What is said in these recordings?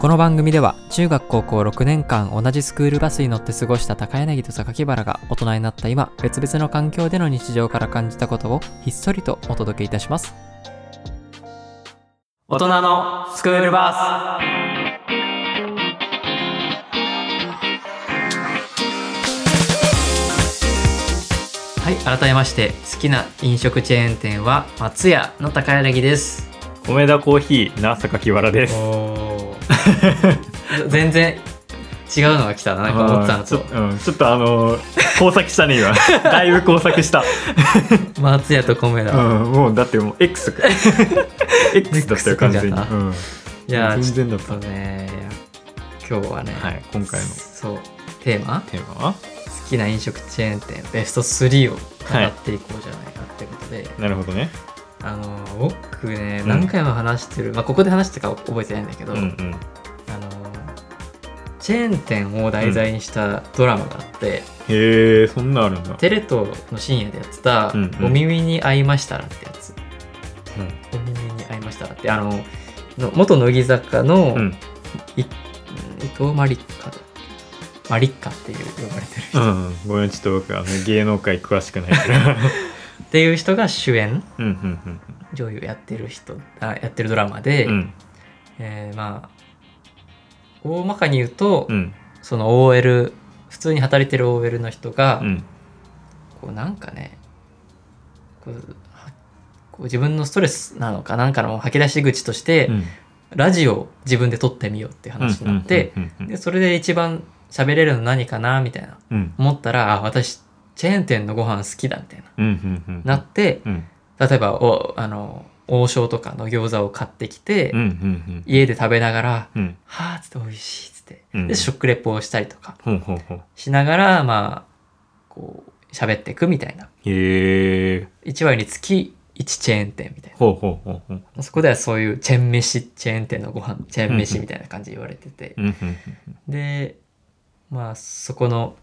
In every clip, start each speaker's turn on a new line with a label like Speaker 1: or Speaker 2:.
Speaker 1: この番組では中学高校6年間同じスクールバスに乗って過ごした高柳と榊原が大人になった今別々の環境での日常から感じたことをひっそりとお届けいたします大人のスクールバスはい改めまして好きな飲食チェーン店は松屋の高柳です
Speaker 2: 米田コーヒーな榊原です
Speaker 1: 全然違うのが来たななんか思ってた
Speaker 2: あー
Speaker 1: の
Speaker 2: ちょ,、
Speaker 1: と
Speaker 2: うん、ちょっとあのー工作したね 今だいぶ工作した、
Speaker 1: 松屋と米田、
Speaker 2: うん、もうだってもう X か X だったよ完全に、
Speaker 1: X だ
Speaker 2: うん、
Speaker 1: いやー
Speaker 2: 全然だっ
Speaker 1: ちょ
Speaker 2: た
Speaker 1: っとね今日はね、
Speaker 2: はい今回の
Speaker 1: そうテーマ
Speaker 2: テーマは
Speaker 1: 好きな飲食チェーン店ベスト3を語っていこうじゃないかってことで、
Speaker 2: なるほどね
Speaker 1: あのー僕ね
Speaker 2: うん
Speaker 1: 何回も話してる、まあここで話したか覚えてないんだけ
Speaker 2: う
Speaker 1: ど、
Speaker 2: んうん
Speaker 1: あのーチェーン店を題材にしたドラマがあって、
Speaker 2: へえそんなんあるんだ、
Speaker 1: テレ東の深夜でやってた
Speaker 2: うん
Speaker 1: 「
Speaker 2: うん
Speaker 1: お耳に合いましたら」ってやつ、
Speaker 2: うん
Speaker 1: お耳に合いましたらってあのの元乃木坂の、
Speaker 2: うん
Speaker 1: い伊藤マリッカだマリッカっていう呼ばれてる 人、
Speaker 2: う
Speaker 1: っ
Speaker 2: んうん、ごめんちょっと僕あの芸能界詳しくないから
Speaker 1: ていう人が主演
Speaker 2: うんうんうん
Speaker 1: 女優やってる人あやってるドラマで、
Speaker 2: うん
Speaker 1: えーまあ大まかに言うと、
Speaker 2: うん
Speaker 1: その OL 普通に働いてる OL の人が、
Speaker 2: うん
Speaker 1: こうなんかねこうはこう自分のストレスなのかなんかの吐き出し口として、
Speaker 2: うん
Speaker 1: ラジオを自分で撮ってみようっていう話になって、
Speaker 2: うんうん
Speaker 1: でそれで一番喋れるの何かなみたいな
Speaker 2: うん
Speaker 1: 思ったらあ私チェーン店のご飯好きだみたいな
Speaker 2: うんうんうんうん
Speaker 1: なって
Speaker 2: うん
Speaker 1: 例えばおあの王将とかの餃子を買ってきて、
Speaker 2: うんうん
Speaker 1: 家で食べながら
Speaker 2: うんうん
Speaker 1: 「はあ」っつって「美味しい」っつって
Speaker 2: うん
Speaker 1: で食レポをしたりとか
Speaker 2: ほうほうほう
Speaker 1: しながらまあこう喋っていくみたいな
Speaker 2: へえ
Speaker 1: 1話につき1チェーン店みたい
Speaker 2: ほうほうほうほう
Speaker 1: なそこではそういうチェーン飯チェーン店のご飯チェーン飯みたいな感じで言われてて
Speaker 2: うんうん
Speaker 1: でまあそこの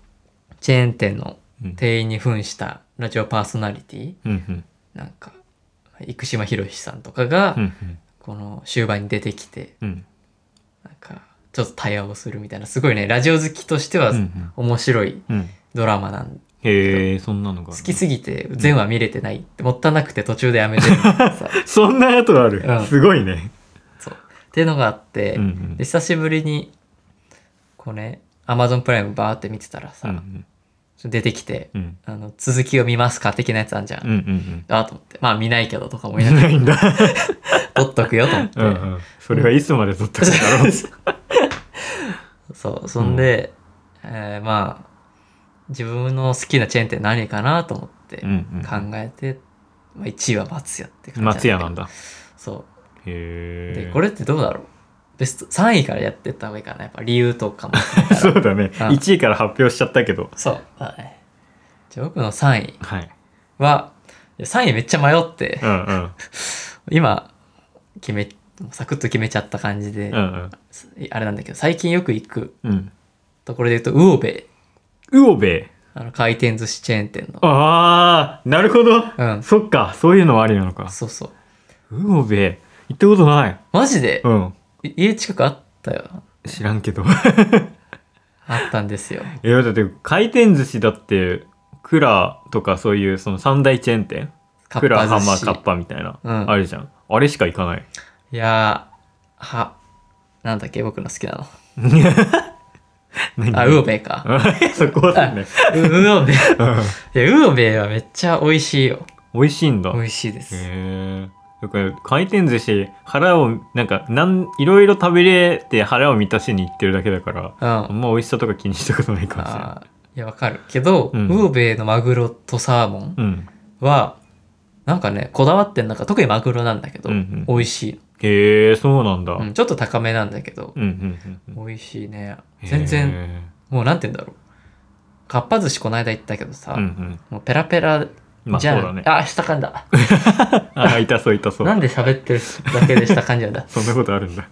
Speaker 1: チェーン店の
Speaker 2: うん
Speaker 1: 店員に扮したラジオパーソナリティ
Speaker 2: うんうん
Speaker 1: なんか生島ひろしさんとかが
Speaker 2: うん
Speaker 1: この終盤に出てきて
Speaker 2: うんうん
Speaker 1: なんかちょっと対話をするみたいなすごいねラジオ好きとしては
Speaker 2: うん
Speaker 1: 面白い
Speaker 2: うん
Speaker 1: ドラマなん
Speaker 2: へえそんなのが
Speaker 1: 好きすぎて全話見れてないってもったいなくて途中でやめ てるさ
Speaker 2: そんなやつある
Speaker 1: うん
Speaker 2: すごいね
Speaker 1: そうっていうのがあって、
Speaker 2: うんうん
Speaker 1: で久しぶりにこうねアマゾンプライムバーって見てたら
Speaker 2: う
Speaker 1: さ、
Speaker 2: ん
Speaker 1: 出てきて、
Speaker 2: うん
Speaker 1: あの続きを見ますか的なやつあんじゃん、
Speaker 2: うんうん
Speaker 1: あと思ってまあ見ないけどとかも
Speaker 2: う
Speaker 1: 言い
Speaker 2: ん
Speaker 1: なが
Speaker 2: ないんだ
Speaker 1: ら撮っとくよと思って、
Speaker 2: うんうんそれはいつまで撮ったかだろう
Speaker 1: そうそんで、えーまあ自分の好きなチェーンって何かなと思って
Speaker 2: うんうん
Speaker 1: 考えて、まあ、1位は松屋って感じだった
Speaker 2: 松屋なんだ
Speaker 1: そう
Speaker 2: へえ
Speaker 1: でこれってどうだろうベスト3位からやってった方がいいかなやっぱ理由とかも
Speaker 2: そうだね
Speaker 1: うん
Speaker 2: 1位から発表しちゃったけど
Speaker 1: そうだねじゃあ僕の3位
Speaker 2: はい
Speaker 1: はいや3位めっちゃ迷って
Speaker 2: うんうん
Speaker 1: 今決めサクッと決めちゃった感じで、
Speaker 2: うん
Speaker 1: あれなんだけど最近よく行く
Speaker 2: うんうん
Speaker 1: ところで言うと魚べイ
Speaker 2: うおべ
Speaker 1: あの回転寿司チェーン店の
Speaker 2: ああなるほど
Speaker 1: うん
Speaker 2: そっかそういうのはありなのか
Speaker 1: そうそう
Speaker 2: うおべ行ったことない
Speaker 1: マジで、
Speaker 2: うん
Speaker 1: い家近くあったよ
Speaker 2: 知らんけど
Speaker 1: あったんですよ
Speaker 2: いやだって回転寿司だってクラとかそういうその三大チェーン店
Speaker 1: かっ
Speaker 2: クラハ
Speaker 1: ぱ
Speaker 2: ン
Speaker 1: 寿
Speaker 2: マ
Speaker 1: 司
Speaker 2: ーカッパみたいな、
Speaker 1: うん
Speaker 2: あるじゃんあれしか行かない
Speaker 1: いやーはなんだっけ僕の好きな
Speaker 2: 何
Speaker 1: のあ魚べイか
Speaker 2: そこはだね、
Speaker 1: う魚べイ
Speaker 2: う
Speaker 1: いやウーベイはめっちゃ美味しいよ
Speaker 2: ん、美味しいんだ
Speaker 1: 美
Speaker 2: へ
Speaker 1: 味しいです
Speaker 2: えだから回転寿司腹をなんかなんいろいろ食べれて腹を満たしに行ってるだけだから
Speaker 1: うん
Speaker 2: あんま美味しさとか気にしたことないかもしれない
Speaker 1: あーいやわかるけど、
Speaker 2: うん
Speaker 1: ウーベイのマグロとサーモン
Speaker 2: うん
Speaker 1: はなんかねこだわってんのか特にマグロなんだけど、
Speaker 2: うんうん
Speaker 1: 美味しい、
Speaker 2: へえそうなんだ、う
Speaker 1: うん
Speaker 2: ん、
Speaker 1: ちょっと高めなんだけど、
Speaker 2: うんうんうん
Speaker 1: 美味しいね全然
Speaker 2: へ
Speaker 1: もうなんて言うんだろうかっぱ寿司この間行ったけどさ、
Speaker 2: ーうん
Speaker 1: もうペラペラ
Speaker 2: うんまあ
Speaker 1: じ
Speaker 2: そ
Speaker 1: ゃ、
Speaker 2: うんだね
Speaker 1: あ下噛んだ
Speaker 2: あ痛そう痛そう
Speaker 1: なんで喋ってるだけで下噛んじゃうん だ
Speaker 2: そんなことあるんだ。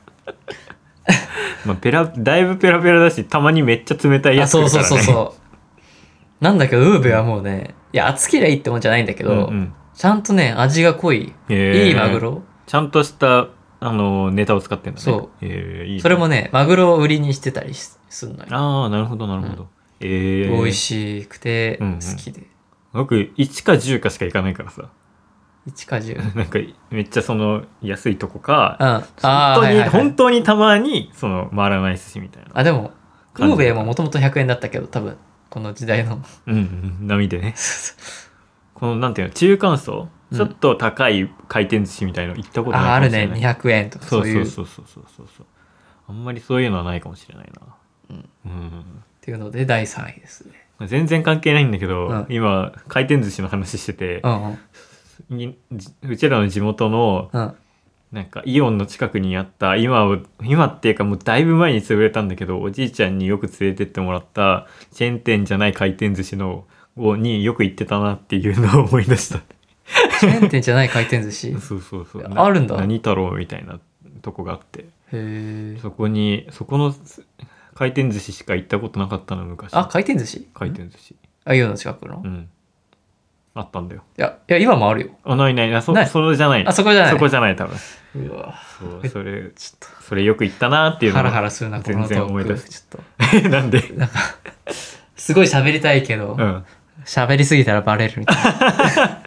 Speaker 2: まあ、ペラ、だいぶペラペラだし、たまにめっちゃ冷たいや
Speaker 1: あ
Speaker 2: つ来
Speaker 1: そう
Speaker 2: るか
Speaker 1: そ
Speaker 2: ら、
Speaker 1: う
Speaker 2: ね。
Speaker 1: そうそうなんだけどウーベイはもうねいや熱けりゃいいってもんじゃないんだけど、
Speaker 2: んうん
Speaker 1: ちゃんとね味が濃い
Speaker 2: へー
Speaker 1: いいマグロ
Speaker 2: ちゃんとした、あのネタを使ってんだね
Speaker 1: そう
Speaker 2: えーいいね
Speaker 1: それもねマグロを売りにしてたりすすんのよ
Speaker 2: ああなるほどなるほど、ええ
Speaker 1: 美味
Speaker 2: い
Speaker 1: しくて
Speaker 2: うんうん
Speaker 1: 好きで、
Speaker 2: 僕1か10かしか行かないからさ
Speaker 1: 一果汁
Speaker 2: なんかめっちゃその安いとこか
Speaker 1: うんあ
Speaker 2: 本
Speaker 1: あ
Speaker 2: 当
Speaker 1: ーは
Speaker 2: に、
Speaker 1: いはい、はい
Speaker 2: 本、当にたまにその回らない寿司みたいな
Speaker 1: あでも
Speaker 2: 感じ
Speaker 1: 魚べえももともと100円だったけど多分この時代の
Speaker 2: うんうん波でねこのなんていうの中間層、
Speaker 1: うん
Speaker 2: ちょっと高い回転寿司みたいの行ったことない
Speaker 1: ああ
Speaker 2: かも
Speaker 1: る
Speaker 2: しれ
Speaker 1: ね
Speaker 2: ない
Speaker 1: 200円とか
Speaker 2: そ
Speaker 1: そううい
Speaker 2: そううそうそうそうそうそうあんまりそういうのはないかもしれないな
Speaker 1: うん
Speaker 2: うん、
Speaker 1: っていうので第3位ですね
Speaker 2: 全然関係ないんだけど、
Speaker 1: うん
Speaker 2: 今回転寿司の話してて
Speaker 1: う、んうん
Speaker 2: にじうちらの地元の
Speaker 1: うん
Speaker 2: なんかイオンの近くにあった今を今っていうかもうだいぶ前に潰れたんだけどおじいちゃんによく連れてってもらったチェーン店じゃない回転寿司のをによく行ってたなっていうのを思い出した
Speaker 1: チェーン店じゃない回転寿司 へ
Speaker 2: そうそうそう
Speaker 1: あるんだ
Speaker 2: な何太郎みたいなとこがあって
Speaker 1: え
Speaker 2: そこにそこのす回転寿司しか行ったことなかったの昔
Speaker 1: あ回転寿司
Speaker 2: 回転寿司
Speaker 1: あイオンの近くの、
Speaker 2: う
Speaker 1: い
Speaker 2: んあったんだよ
Speaker 1: やいや今もあるよ
Speaker 2: あないないあそ
Speaker 1: ない
Speaker 2: それじゃない
Speaker 1: あそこじゃない
Speaker 2: そこじゃない多分
Speaker 1: うわ
Speaker 2: そうそれ
Speaker 1: ちょっ
Speaker 2: それよく行ったなってい
Speaker 1: と
Speaker 2: うの
Speaker 1: ハ
Speaker 2: が
Speaker 1: ラハラするなこの
Speaker 2: 全然
Speaker 1: ト
Speaker 2: 思い
Speaker 1: ー
Speaker 2: 出
Speaker 1: ク
Speaker 2: す
Speaker 1: ちょっと
Speaker 2: なんで
Speaker 1: なんかすごい喋りたいけど
Speaker 2: うん
Speaker 1: 喋、りすぎたらバレるみたいな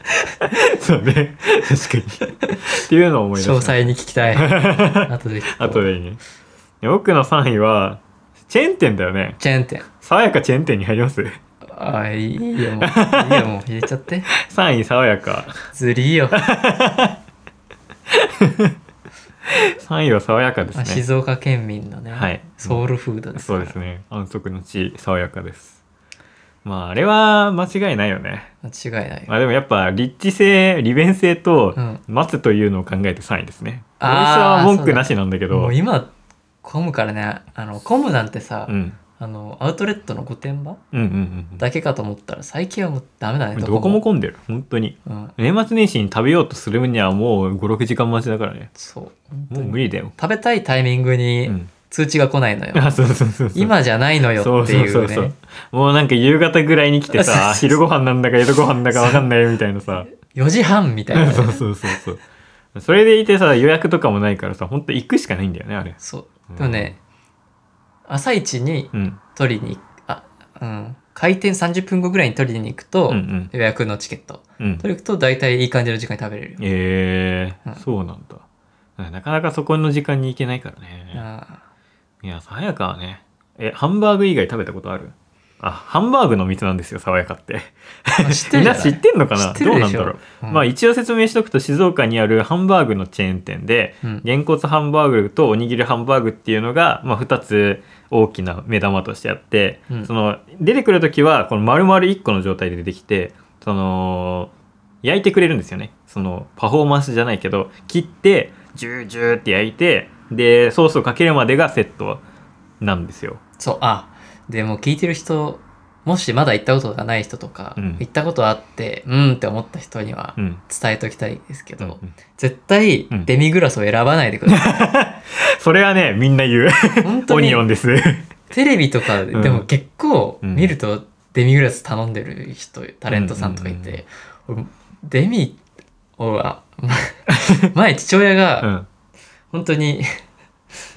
Speaker 2: そうね確かにっていうのを思い出し
Speaker 1: 詳
Speaker 2: た
Speaker 1: 細に聞きた い後で
Speaker 2: あとでいいね僕の3位はチェーン店だよね
Speaker 1: チェーン店
Speaker 2: 爽やかチェーン店に入ります
Speaker 1: あいいよ もういいよもう入れちゃって
Speaker 2: 3位爽やか
Speaker 1: ずりいいよ、
Speaker 2: 3位は爽やかで
Speaker 1: まあ、
Speaker 2: すね
Speaker 1: 静岡県民のね、
Speaker 2: はい
Speaker 1: ソウルフードですか
Speaker 2: そう
Speaker 1: ら
Speaker 2: ですね安息の地爽やかですまああれは間違いないよね
Speaker 1: 間違いないよ、
Speaker 2: まあでもやっぱ立地性利便性と
Speaker 1: うん
Speaker 2: 待つというのを考えて3位ですね美味しさ
Speaker 1: あー
Speaker 2: は文句なしなんだけど
Speaker 1: もう今混むからねあの混むなんてさ、
Speaker 2: うん
Speaker 1: あのアウトレットの御殿場
Speaker 2: うんうんうん
Speaker 1: だけかと思ったら最近はもうダメだね
Speaker 2: どこも混んでる本当に
Speaker 1: うん
Speaker 2: 年末年始に食べようとするにはもう56時間待ちだからね
Speaker 1: そう本当
Speaker 2: もう
Speaker 1: に
Speaker 2: 無理だよ、
Speaker 1: 食べたいタイミング
Speaker 2: う
Speaker 1: に
Speaker 2: ん、
Speaker 1: 通知が来ないのよ、
Speaker 2: あ そうそうそうそう
Speaker 1: 今じゃないのよっていうね
Speaker 2: そうそうそうそうもうなんか夕方ぐらいに来て
Speaker 1: そうそう
Speaker 2: さ
Speaker 1: そう
Speaker 2: 昼ご飯なんだか夜ご飯だかわかんないよみたいなさ
Speaker 1: 4時半みたいなね、
Speaker 2: そうそうそうそうそれでいてさ予約とかもないからさほんと行くしかないんだよねあれ
Speaker 1: そうでもね、朝一に
Speaker 2: うん
Speaker 1: 取りにあうん開店30分後ぐらいに取りに行くと、
Speaker 2: うんうん
Speaker 1: 予約のチケット
Speaker 2: うん
Speaker 1: 取りに行くと大体いい感じの時間に食べれるよ、
Speaker 2: え
Speaker 1: うん
Speaker 2: ー、そうなんだなかなかそこの時間に行けないからね
Speaker 1: あ
Speaker 2: いや爽やかはねえハンバーグ以外食べたことあるあハンバーグの蜜なんですよ爽やかって
Speaker 1: ーまあ知って
Speaker 2: み
Speaker 1: る
Speaker 2: ん
Speaker 1: じゃ
Speaker 2: な
Speaker 1: ない
Speaker 2: 知ってんのかな
Speaker 1: 知って
Speaker 2: どう
Speaker 1: る
Speaker 2: な
Speaker 1: で
Speaker 2: ん
Speaker 1: し
Speaker 2: だ
Speaker 1: ょ
Speaker 2: ろう、
Speaker 1: うん
Speaker 2: まあ一応説明しとくと静岡にあるハンバーグのチェーン店で
Speaker 1: うん
Speaker 2: げんこつハンバーグとおにぎりハンバーグっていうのが、まあ、2つ大きな目玉としてあって、
Speaker 1: うん
Speaker 2: その出てくる時はこの丸々1個の状態で出てきてその焼いてくれるんですよねそのパフォーマンスじゃないけど切ってジュージューって焼いてでソースをかけるまでがセットなんですよ。
Speaker 1: そうあでも聞いてる人もしまだ行ったことがない人とか、
Speaker 2: うん
Speaker 1: 行ったことあってうんって思った人には
Speaker 2: うん
Speaker 1: 伝えときたいですけ
Speaker 2: う
Speaker 1: ど、
Speaker 2: んうん
Speaker 1: 絶対
Speaker 2: うん
Speaker 1: デミグラスを選ばないでください、
Speaker 2: それはねみんな言う
Speaker 1: 本
Speaker 2: オ
Speaker 1: 当に
Speaker 2: ニオンです。
Speaker 1: テレビとかで
Speaker 2: うん
Speaker 1: でも結構
Speaker 2: うん
Speaker 1: 見るとデミグラス頼んでる人タレントさんとかいて、俺デミをあ 前父親
Speaker 2: う
Speaker 1: が
Speaker 2: ん
Speaker 1: 本当に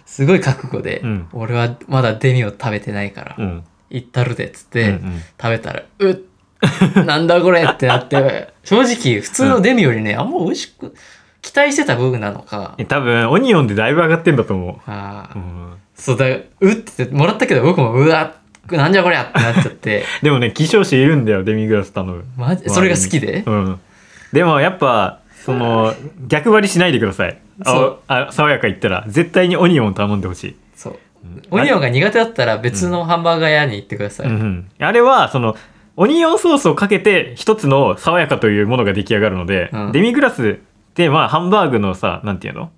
Speaker 1: すごい覚悟で、
Speaker 2: うん
Speaker 1: 俺はまだデミを食べてないから、
Speaker 2: うん
Speaker 1: 行ったるでっつっ
Speaker 2: うんう
Speaker 1: て、
Speaker 2: ん
Speaker 1: 食べたらうっなんだこれってな って正直普通のデミよりねあんま美味しく期待してた部分なのか
Speaker 2: え多分オニオンでだいぶ上がってんだと思
Speaker 1: あ
Speaker 2: う、
Speaker 1: ー
Speaker 2: うん
Speaker 1: そうだうってもらったけど僕もうわなんじゃこりゃってなっちゃ って。
Speaker 2: でもね希少種いるんだよデミグラス頼む
Speaker 1: マジそれが好きで
Speaker 2: うんでもやっぱその逆張りしないでください
Speaker 1: そ
Speaker 2: あ
Speaker 1: う
Speaker 2: あ爽やか言ったら絶対にオニオン頼んでほしい、
Speaker 1: そう
Speaker 2: う
Speaker 1: オ
Speaker 2: ん
Speaker 1: ニオンが苦手だったら別のハンバーガー屋に行ってくださ
Speaker 2: あれ,、
Speaker 1: い、
Speaker 2: うんうんあれはそのオニオンソースをかけて一つの爽やかというものが出来上がるので、
Speaker 1: うん
Speaker 2: デミグラスってまあハンバーグのさなんていうの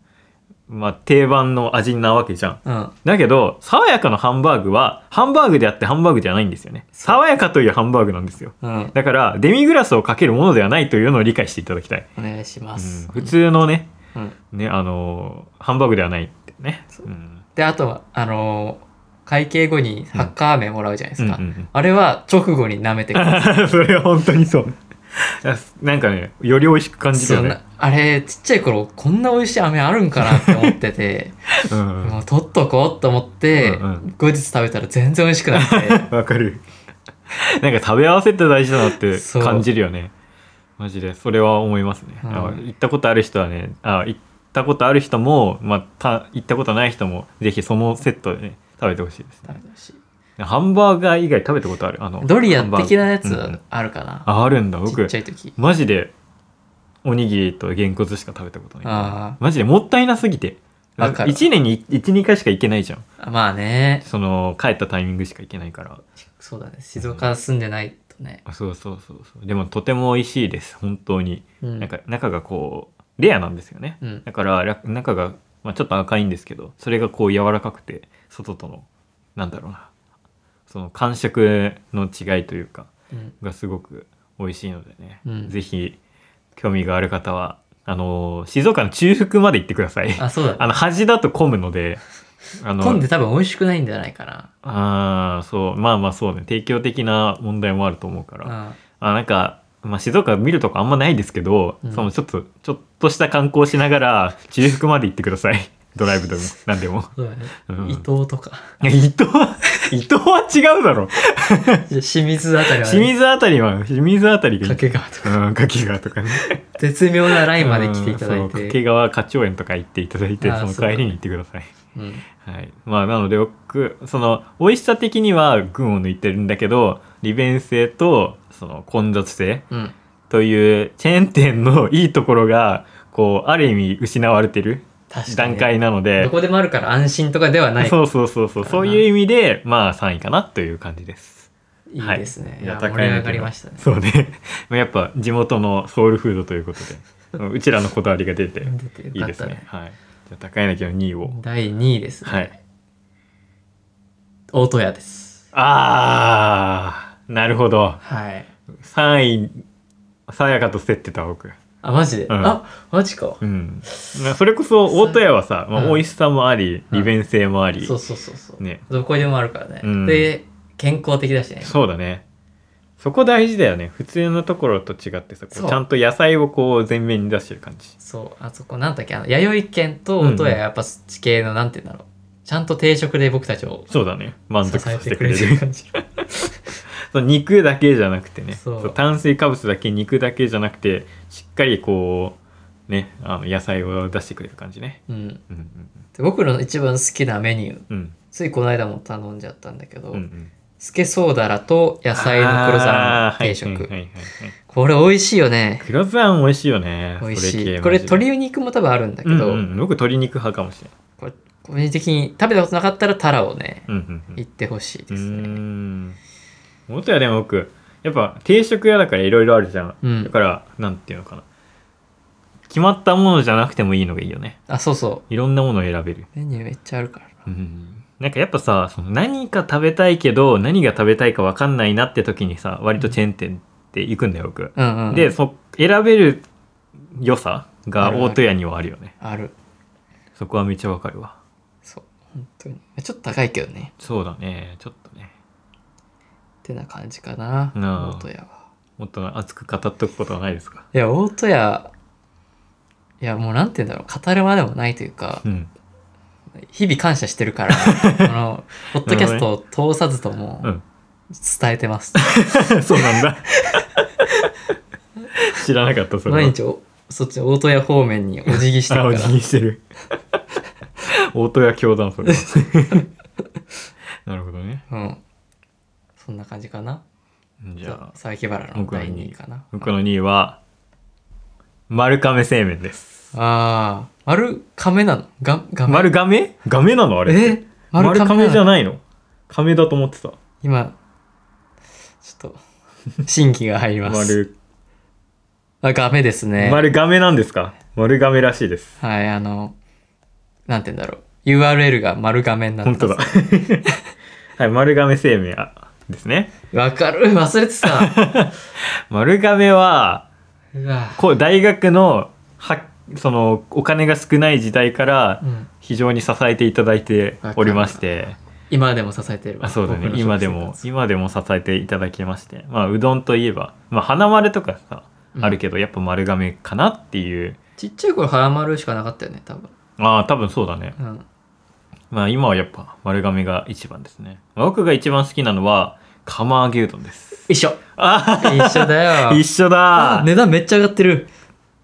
Speaker 2: まあ定番の味なわけじゃん
Speaker 1: うん、
Speaker 2: だけど爽やかのハンバーグはハンバーグであってハンバーグじゃないんですよね爽やかというハンバーグなんですよ
Speaker 1: うん、
Speaker 2: だからデミグラスをかけるものではないというのを理解していただきたい、
Speaker 1: お願いします、
Speaker 2: 普通のね
Speaker 1: うん、
Speaker 2: ねあのーハンバーグではないってね
Speaker 1: そううんであとはあのー会計後にハッカー名もらうじゃないで
Speaker 2: う
Speaker 1: す
Speaker 2: ん
Speaker 1: か、
Speaker 2: うん
Speaker 1: あれは直後に舐めてください
Speaker 2: うんそれは本当にそうなんかねより美味しく感じる
Speaker 1: そ
Speaker 2: よ
Speaker 1: う
Speaker 2: ね
Speaker 1: なあれちっちゃい頃こんな美味しい飴あるんかなって思ってて
Speaker 2: うんうん
Speaker 1: もう取っとこうと思って、
Speaker 2: うんうん
Speaker 1: 後日食べたら全然美味しくなく
Speaker 2: わかるなんか食べ合わせって大事だなって
Speaker 1: そう
Speaker 2: 感じるよねマジでそれは思いますね、
Speaker 1: うん
Speaker 2: あ行ったことある人はねあ行ったことある人も、まあ、た行ったことない人もぜひそのセットで、ね、食べてほしいですね
Speaker 1: て
Speaker 2: ハンバーガー以外食べたことあるあの
Speaker 1: ドリアン的なや
Speaker 2: ハン
Speaker 1: つ
Speaker 2: バーガーうんうん
Speaker 1: あるかな、
Speaker 2: ああるんだ
Speaker 1: ちっ
Speaker 2: 僕
Speaker 1: ちゃい時
Speaker 2: マジでおにぎりとげんこつしか食べたことな
Speaker 1: あ
Speaker 2: いマジでもったいなすぎて
Speaker 1: わかる
Speaker 2: 1年に12回しか行けないじゃん
Speaker 1: まあね
Speaker 2: その帰ったタイミングしか行けないから
Speaker 1: そうだね静岡住んでないとね、
Speaker 2: あそうそうそうそうでもとても美味しいです本当に、
Speaker 1: うん
Speaker 2: なんか中がこうレアなんですよね、
Speaker 1: うん
Speaker 2: だからら中が、まあ、ちょっと赤いんですけどそれがこう柔らかくて外とのなんだろうなその感触の違いというか
Speaker 1: うん
Speaker 2: がすごく美味しいのでね、
Speaker 1: うん
Speaker 2: ぜひ興味がある方はあのー静岡の中腹まで行ってください
Speaker 1: あそうだ、
Speaker 2: あの端だと混むのであの
Speaker 1: 混んで多分美味しくないんじゃないかな
Speaker 2: ああそうまあまあそうね提供的な問題もあると思うから、
Speaker 1: あ
Speaker 2: あなんか、まあ、静岡見るとこあんまないですけど、
Speaker 1: うん
Speaker 2: そのちょっとちょっとした観光しながら中腹まで行ってください ドライブでも何でも
Speaker 1: そうだね、
Speaker 2: うん
Speaker 1: 伊東とか
Speaker 2: いや伊東は伊東は違うだろ
Speaker 1: じゃあ清水あたりは、ね、
Speaker 2: 清水あたりは清水あたりがいい
Speaker 1: 掛川とか
Speaker 2: うん柿川とかね
Speaker 1: 絶妙なラインまで来ていただ
Speaker 2: う
Speaker 1: い
Speaker 2: んそう
Speaker 1: て、
Speaker 2: 掛川花鳥園とか行っていただいて
Speaker 1: あー
Speaker 2: その
Speaker 1: そうだ
Speaker 2: 帰りに行ってください
Speaker 1: うん
Speaker 2: はい、まあなので僕その美味しさ的には群を抜いてるんだけど利便性とその混雑性
Speaker 1: うん
Speaker 2: というチェーン店のいいところがこうある意味失われてる
Speaker 1: 確かに
Speaker 2: 段階なので
Speaker 1: ど、こでもあるから安心とかではない
Speaker 2: そうそうそうそうそういう意味でまあ3位かなという感じです。
Speaker 1: いいですね、
Speaker 2: はい
Speaker 1: いや
Speaker 2: 高い
Speaker 1: 盛
Speaker 2: ね
Speaker 1: り上がりましたね
Speaker 2: そうね やっぱ地元のソウルフードということでうちらのこだわりが出て
Speaker 1: 出てよ
Speaker 2: いい
Speaker 1: かっ
Speaker 2: です
Speaker 1: た
Speaker 2: ね。
Speaker 1: ね
Speaker 2: はい、じゃあ高柳の2位を、
Speaker 1: 第2位ですね、
Speaker 2: はい、
Speaker 1: 大戸屋です
Speaker 2: あーなるほど
Speaker 1: はい
Speaker 2: 3位さやかと競ってた僕。
Speaker 1: あマジで、
Speaker 2: うん
Speaker 1: あマジか、
Speaker 2: うん、なそれこそ大戸屋はさ、まあ、
Speaker 1: うん
Speaker 2: 美味しさもあり、利便性もあり、
Speaker 1: そうそうそうそう、
Speaker 2: ね
Speaker 1: どこでもあるからね、
Speaker 2: うん
Speaker 1: で健康的だしね
Speaker 2: そうだねそこ大事だよね普通のところと違ってさこう
Speaker 1: そう
Speaker 2: ちゃんと野菜をこう前面に出してる感じ
Speaker 1: そうあそこなんだっけあの弥生県と大戸屋
Speaker 2: うん
Speaker 1: やっぱ地形のなんて言うんだろうちゃんと定食で僕たちを
Speaker 2: そうだね満
Speaker 1: 支
Speaker 2: 足さ
Speaker 1: え
Speaker 2: せ
Speaker 1: て
Speaker 2: てく
Speaker 1: く
Speaker 2: れ
Speaker 1: れ
Speaker 2: る
Speaker 1: てる感じ
Speaker 2: その肉だけじゃなくてね
Speaker 1: そう
Speaker 2: そう炭水化物だけ肉だけじゃなくてしっかりこうねあの野菜を出してくれる感じね
Speaker 1: うん
Speaker 2: うん
Speaker 1: で僕の一番好きなメニュー
Speaker 2: うんうん
Speaker 1: ついこの間も頼んじゃったんだけど、
Speaker 2: うんうん
Speaker 1: スケソーダラと野菜の黒皿の定食、
Speaker 2: あーはいはいはいはい
Speaker 1: これ美味しいよね
Speaker 2: 黒ざん美味しいよね
Speaker 1: 美味
Speaker 2: それ
Speaker 1: し
Speaker 2: 系
Speaker 1: いこれ
Speaker 2: マジで
Speaker 1: 鶏肉も多分あるんだけど、
Speaker 2: うんうん、僕鶏肉派かもしれない
Speaker 1: これ個人的に食べたことなかったらタラをね
Speaker 2: うんうんうん
Speaker 1: 行ってほしいです
Speaker 2: うー
Speaker 1: ね
Speaker 2: ん元やでも僕やっぱ定食屋だからいろいろあるじゃん、
Speaker 1: うん
Speaker 2: だからなんていうのかな決まったものじゃなくてもいいのがいいよね
Speaker 1: あそうそ
Speaker 2: いろんなものを選べる、
Speaker 1: うメニューめっちゃあるからな
Speaker 2: うん、なんかやっぱさその何か食べたいけど何が食べたいか分かんないなって時にさ割とチェーン店って行くんだよ僕、
Speaker 1: うんうん
Speaker 2: でそ選べる良さ
Speaker 1: あ
Speaker 2: が
Speaker 1: るある
Speaker 2: 大戸屋にはあるよね
Speaker 1: ある
Speaker 2: そこはめっちゃわかるわ
Speaker 1: そう本当にちょっと高いけどね
Speaker 2: そうだねちょっとね
Speaker 1: ってな感じかな
Speaker 2: なあ
Speaker 1: 大戸屋は
Speaker 2: もっと熱く語っとくことはないですか
Speaker 1: いや大戸屋いやもうなんて言うんだろう語るまでもないという か
Speaker 2: うん
Speaker 1: 日々感謝してるからこ のポッドキャストを通さずとも
Speaker 2: うん
Speaker 1: 伝えてます、
Speaker 2: そうなんだ。 知らなかった、それは。
Speaker 1: 毎日おそっち大戸屋方面にお辞儀してる
Speaker 2: あ、
Speaker 1: か
Speaker 2: お
Speaker 1: ら
Speaker 2: 辞儀してる。大戸屋教団、それは。 なるほどね。
Speaker 1: うんそんな感じかな
Speaker 2: じ
Speaker 1: じゃ
Speaker 2: ゃあ
Speaker 1: あ、沢木原の
Speaker 2: 僕の
Speaker 1: 第
Speaker 2: 2
Speaker 1: 2
Speaker 2: 位
Speaker 1: 位かな
Speaker 2: 僕の2位は、丸亀製麺です。
Speaker 1: ああ丸亀なのがが
Speaker 2: 丸亀亀なのあれ。
Speaker 1: え
Speaker 2: 丸亀じゃ
Speaker 1: なの
Speaker 2: ないの亀だと思ってた。
Speaker 1: 今ちょっと新規が入りますあ
Speaker 2: 丸、
Speaker 1: ガメですね
Speaker 2: 丸亀なんですか丸亀らしいです。
Speaker 1: はいあのなんて言うんだろう URL が丸亀になって
Speaker 2: 本当だ
Speaker 1: ま。
Speaker 2: はい、丸亀製麺あですね。
Speaker 1: すわかる忘れて た
Speaker 2: 丸亀は、
Speaker 1: うわ
Speaker 2: こう大学のはそのお金が少ない時代から
Speaker 1: うん
Speaker 2: 非常に支えていただいておりまして、
Speaker 1: 今でも支えてるわ
Speaker 2: あそうだ
Speaker 1: 僕
Speaker 2: ね
Speaker 1: の
Speaker 2: 今で
Speaker 1: 食生
Speaker 2: も
Speaker 1: 活
Speaker 2: 今でも支えていただきましてまあうどんといえば、まあ、花丸とかさ
Speaker 1: うん
Speaker 2: あるけど、やっぱ丸亀かなっていう
Speaker 1: ちっちゃい頃ハラマルしかなかったよね多分
Speaker 2: ああ多分そうだね
Speaker 1: うん
Speaker 2: まあ今はやっぱ丸亀が一番ですねまあ僕が一番好きなのは釜揚げうどんです
Speaker 1: 一緒
Speaker 2: あ
Speaker 1: 一緒だよ
Speaker 2: あ 一緒だ
Speaker 1: あ値段めっちゃ上がってる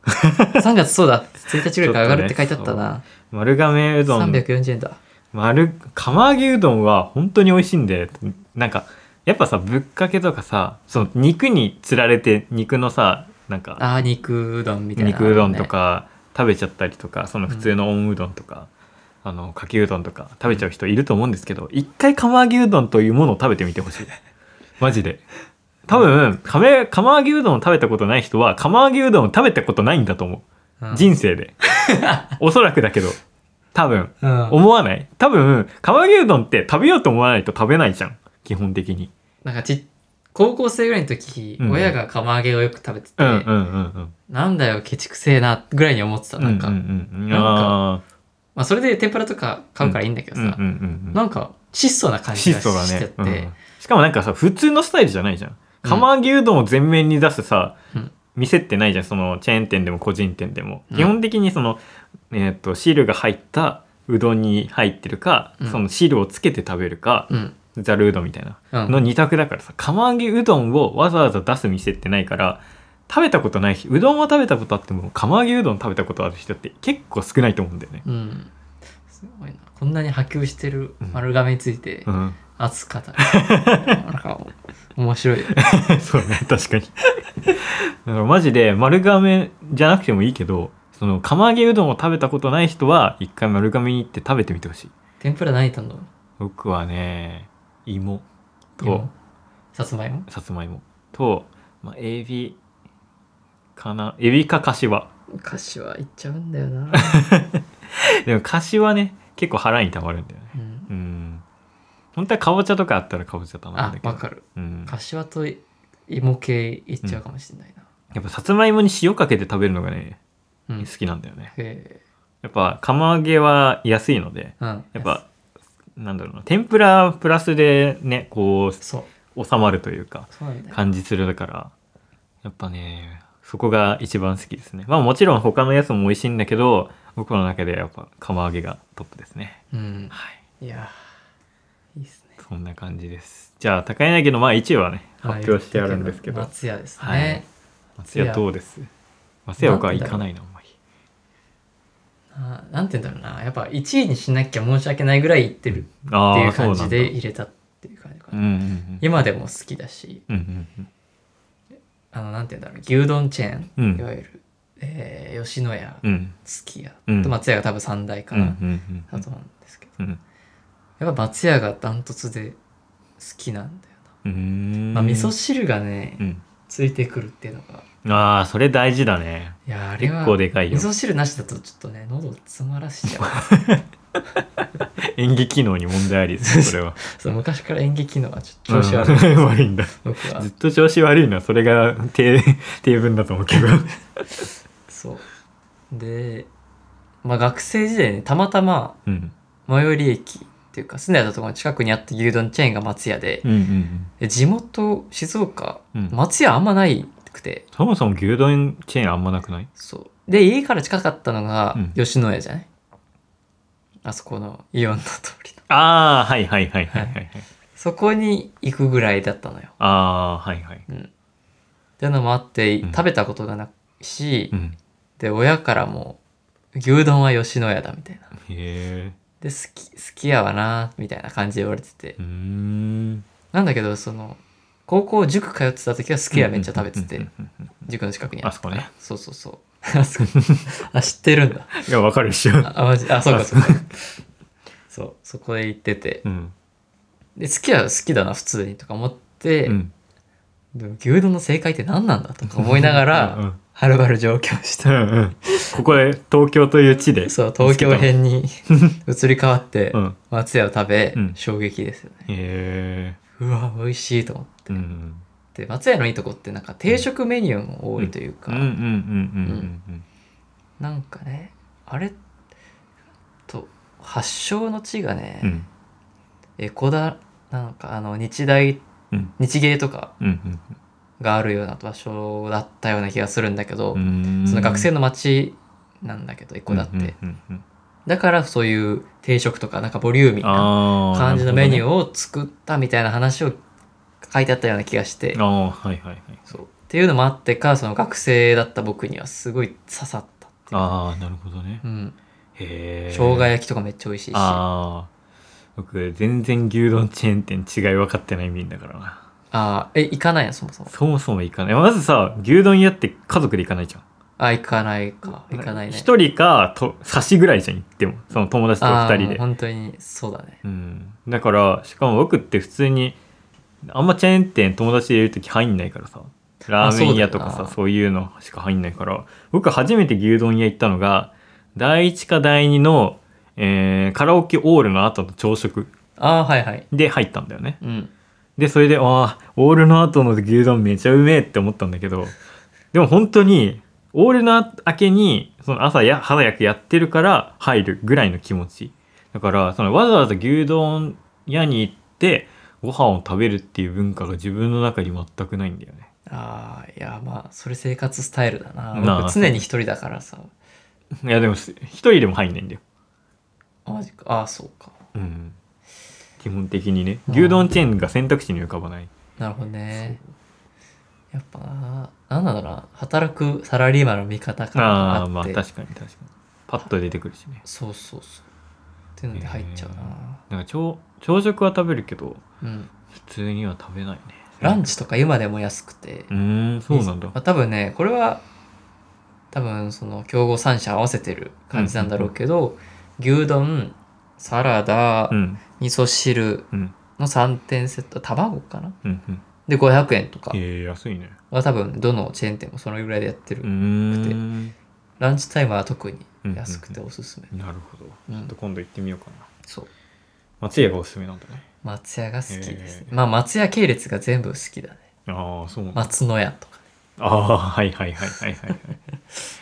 Speaker 1: 3月そうだ1日ぐらいから上がるって書いてあったな、
Speaker 2: 丸亀うどん
Speaker 1: 340円だ
Speaker 2: 丸釜揚げうどんは本当に美味しいんでなんかやっぱさぶっかけとかさその肉につられて肉のさなんか
Speaker 1: あー肉うどんみたいな、
Speaker 2: 肉うどんとか食べちゃったりとかその普通の温うどんとか、あのかけうどんとか食べちゃう人いると思うんですけど一回釜揚げうどんというものを食べてみてほし いマジで多分亀釜揚げうどんを食べたことない人は釜揚げうどんを食べたことないんだと思
Speaker 1: うん、
Speaker 2: う人生 でおそらくだけど多分
Speaker 1: うん
Speaker 2: 思わない多分釜揚げうどんって食べようと思わないと食べないじゃん基本的に
Speaker 1: なんかち高校生ぐらいの時、
Speaker 2: うん
Speaker 1: 親が釜揚げをよく食べてて、
Speaker 2: うんうんうん
Speaker 1: なんだよケチくせえなぐらいに思ってた
Speaker 2: うん
Speaker 1: なんか、
Speaker 2: うんうんうん
Speaker 1: なんか
Speaker 2: あ
Speaker 1: まあ、それで天ぷらとか買うからいいんだけ
Speaker 2: ー
Speaker 1: ど
Speaker 2: う
Speaker 1: さ、
Speaker 2: んうんうんうん
Speaker 1: なんか質素な感じが
Speaker 2: 質素だ
Speaker 1: して
Speaker 2: ね
Speaker 1: て、、
Speaker 2: うんしかもなんかさ普通のスタイルじゃないじゃん
Speaker 1: うん
Speaker 2: 釜揚げうどんを全面に出すさ、
Speaker 1: うん
Speaker 2: 店ってないじゃんそのチェーン店でも個人店でも、
Speaker 1: うん
Speaker 2: 基本的にその、えー、と汁が入ったうどんに入ってるか、
Speaker 1: うん
Speaker 2: その汁をつけて食べるか
Speaker 1: うん
Speaker 2: ざるうどんみたいな
Speaker 1: うん
Speaker 2: の二択だからさ釜揚げうどんをわざわざ出す店ってないから食べたことない人うどんは食べたことあっても釜揚げうどん食べたことある人って結構少ないと思うんだよね。
Speaker 1: うんすごいなこんなに波及してる丸亀について
Speaker 2: うん
Speaker 1: 熱かった、なんか面白い
Speaker 2: そうね確かにだからマジで丸亀じゃなくてもいいけどその釜揚げうどんを食べたことない人は一回丸亀に行って食べてみてほしい
Speaker 1: 天ぷら何頼んだの
Speaker 2: 僕はね芋と
Speaker 1: 芋さつまいも
Speaker 2: さつまいもと、まあ、エビかなエビかかしわ
Speaker 1: 菓子はいっちゃうんだよな、
Speaker 2: でもかしわね結構腹にたまるんだよね
Speaker 1: うん、
Speaker 2: うん本当はかぼちゃとかあったらかぼちゃ頼むんだ
Speaker 1: あ
Speaker 2: けど
Speaker 1: わかる
Speaker 2: うん、
Speaker 1: 柏と芋系いっちゃうかもしれないな、
Speaker 2: やっぱさつまいもに塩かけて食べるのがね
Speaker 1: うん
Speaker 2: 好きなんだよね
Speaker 1: へえ
Speaker 2: やっぱ釜揚げは安いので
Speaker 1: うん
Speaker 2: やっぱ、なんだろうな、天ぷらプラスでね、こ
Speaker 1: そう
Speaker 2: う、収まるというか、
Speaker 1: そうなんだよ
Speaker 2: 感じするだから、やっぱね、そこが一番好きですね。まあもちろん他のやつも美味しいんだけど、僕の中でやっぱ釜揚げがトップですね。
Speaker 1: うん
Speaker 2: はい。
Speaker 1: いやーいいっすね
Speaker 2: そんな感じです。じゃあ、高柳のまあ1位はね、発表してあるんですけど、
Speaker 1: 松屋ですね、
Speaker 2: はい松屋どうです松屋僕は行かないな、あんまり。
Speaker 1: あーなんて言うんだろうなやっぱ1位にしなきゃ申し訳ないぐらい行ってる
Speaker 2: あ
Speaker 1: ってい
Speaker 2: ー
Speaker 1: う感じで
Speaker 2: そうなんだ
Speaker 1: 入れたっていう感じか
Speaker 2: う
Speaker 1: な、
Speaker 2: んうん
Speaker 1: 今でも好きだし
Speaker 2: うん。うんうん
Speaker 1: あのなんて言うんだろう牛丼チェーン、
Speaker 2: うん
Speaker 1: いわゆる、えー吉野家
Speaker 2: うん。うん
Speaker 1: すき家
Speaker 2: うん
Speaker 1: と松屋が多分3代か
Speaker 2: うんう
Speaker 1: ら
Speaker 2: んう
Speaker 1: だ
Speaker 2: ん
Speaker 1: と思うんですけど、
Speaker 2: うん。
Speaker 1: やっぱ松屋がダントツで好きなんだよ
Speaker 2: うーん
Speaker 1: な、まあ、味噌汁がね、
Speaker 2: うん。
Speaker 1: ついてくるっていうのが
Speaker 2: ああ、それ大事だね。
Speaker 1: いやーあれ
Speaker 2: 結
Speaker 1: は
Speaker 2: 構でかい
Speaker 1: 味
Speaker 2: よ。
Speaker 1: 噌汁なしだとちょっとね喉を詰まらしちゃう
Speaker 2: 演技機能に問題ありですね、それは。
Speaker 1: そう昔から演劇のはちょっと調子悪い、
Speaker 2: うん悪いんだ。
Speaker 1: 僕は
Speaker 2: ずっと調子悪いのは、それが低、低分だと思うけ ど。
Speaker 1: そうで、まあ、学生時代にたまたま
Speaker 2: うん。
Speaker 1: 最寄り駅っていうか住んでたところの近くにあった牛丼チェーンが松屋で
Speaker 2: うんうん
Speaker 1: で地元静岡
Speaker 2: うん。うん
Speaker 1: 松屋あんまないくて
Speaker 2: そもそも牛丼チェーンあんまなくない
Speaker 1: そうで家から近かったのが
Speaker 2: うん
Speaker 1: 吉野家じゃない、あそこのイオンの通りの
Speaker 2: ああ、はいはいはいはいはいはい。
Speaker 1: そこに行くぐらいだったのよ
Speaker 2: ああー、はいはい。
Speaker 1: っていうのもあって
Speaker 2: うん
Speaker 1: 食べたことがないし、
Speaker 2: うん。
Speaker 1: で親からも牛丼は吉野家だみたいな
Speaker 2: へえ。
Speaker 1: で好き好きやわなみたいな感じで言われてて、
Speaker 2: うーん。
Speaker 1: なんだけどその高校塾通ってた時は好きやめっちゃ食べて
Speaker 2: うんう
Speaker 1: て
Speaker 2: んうんうん
Speaker 1: 塾の近くにったから
Speaker 2: あそこね
Speaker 1: そうそうそう あそこあ知ってるんだ
Speaker 2: うん。いや、わかるでしょ。
Speaker 1: ああマジあそうかそうかそうそこへ行ってて
Speaker 2: うん。
Speaker 1: で好きや好きだな普通にとか思って、
Speaker 2: うん。
Speaker 1: でも牛丼の正解って何なんだとか思いながら
Speaker 2: うんうん
Speaker 1: はるばる上京し
Speaker 2: う
Speaker 1: た
Speaker 2: んうん。ここで、東京という地で。
Speaker 1: そう東京編に移り変わって
Speaker 2: うん。
Speaker 1: 松屋を食べ、
Speaker 2: うん
Speaker 1: 衝撃ですよね
Speaker 2: へ
Speaker 1: うわ美味しいと思っ
Speaker 2: え。うん。
Speaker 1: て松屋のいいとこってなんか定食メニューも多いというか、
Speaker 2: うんうんうんうんうん
Speaker 1: なんかねあれと発祥の地がね、
Speaker 2: うんうん
Speaker 1: エコダなんかあの日大、
Speaker 2: うん
Speaker 1: 日芸とか
Speaker 2: うんうん
Speaker 1: があるような場所だったような気がするんだけど、
Speaker 2: うん
Speaker 1: その学生
Speaker 2: の
Speaker 1: の街なんだけどエコダって、
Speaker 2: うんうんうん
Speaker 1: だからそういう定食とかなんかボリューミーな
Speaker 2: あー
Speaker 1: 感じのメニュー
Speaker 2: を
Speaker 1: を作ったみたいな話を書いてあったような気がして、
Speaker 2: ああーはいはいはい
Speaker 1: そうっていうのもあってかその学生だった僕にはすごい刺さったっていう
Speaker 2: ああなるほどね
Speaker 1: うん、
Speaker 2: へえ
Speaker 1: 生姜焼きとかめっちゃ美味しいしあ
Speaker 2: ああ僕全然牛丼チェーン店違い分かってない民だからな
Speaker 1: あーえ行かないのそもそも
Speaker 2: そもそも行かないまずさ牛丼屋って家族で行かないじゃん
Speaker 1: あ行かないか行かないね
Speaker 2: 一人かと差しぐらいじゃん行ってもその友達と
Speaker 1: あ
Speaker 2: 二
Speaker 1: あ
Speaker 2: 人
Speaker 1: もう
Speaker 2: で
Speaker 1: 本当にそうだね
Speaker 2: うんだからしかも僕って普通にあんまチェーン店友達でいる時入んないからさラーメン屋とか
Speaker 1: そうだよ
Speaker 2: さ
Speaker 1: な
Speaker 2: そういうのしか入んないから僕初めて牛丼屋行ったのが第1か第2の、えーカラオケオールの後の朝食
Speaker 1: ああはいはい
Speaker 2: で入ったんだよね
Speaker 1: うん
Speaker 2: でそれでああオールの後の牛丼めちゃうめえって思ったんだけどでも本当にオールの明けにその朝や早くやってるから入るぐらいの気持ちだからそのわざわざ牛丼屋に行ってご飯を食べるっていう文化が自分の中に全くないんだよね
Speaker 1: ああいやまあそれ生活スタイルだな
Speaker 2: なあ
Speaker 1: 僕常に一人だからさ
Speaker 2: いやでもす一人でも入んないんだよ、
Speaker 1: あマジかああそうか
Speaker 2: うん、基本的にね
Speaker 1: うん
Speaker 2: 牛丼チェーンが選択肢に浮かばない
Speaker 1: なるほどねやっぱななんだろうな働くサラリーマンの見方か
Speaker 2: あ
Speaker 1: ら
Speaker 2: あまあ
Speaker 1: って、
Speaker 2: 確かに確かにパッと出てくるしね
Speaker 1: そうそうそうっていうので入っちゃうな、
Speaker 2: なんか朝朝食は食べるけど
Speaker 1: うん
Speaker 2: 普通には食べないね
Speaker 1: ランチとか今でも安くて、
Speaker 2: うーんそうなんだ
Speaker 1: まあ、多分ねこれは多分その競合3社合わせてる感じなんだろうけど、牛丼サラダ、
Speaker 2: うん
Speaker 1: 味噌汁
Speaker 2: うん
Speaker 1: の3点セット卵かな
Speaker 2: うんうん
Speaker 1: で500円とか
Speaker 2: えー、安いね
Speaker 1: は多分どのチェーン店もそのぐらいでやってる、
Speaker 2: うーん
Speaker 1: ランチタイムは特に安くておすすめ、
Speaker 2: なるほどち
Speaker 1: うん
Speaker 2: ょっと今度行ってみようかな
Speaker 1: そう
Speaker 2: 松屋がおすすめなんだね
Speaker 1: 松屋が好きです、ね
Speaker 2: へー
Speaker 1: まあ松屋系列が全部好きだね
Speaker 2: ああそうなんだ
Speaker 1: 松の屋とか
Speaker 2: ああはいはいはいはいはい はい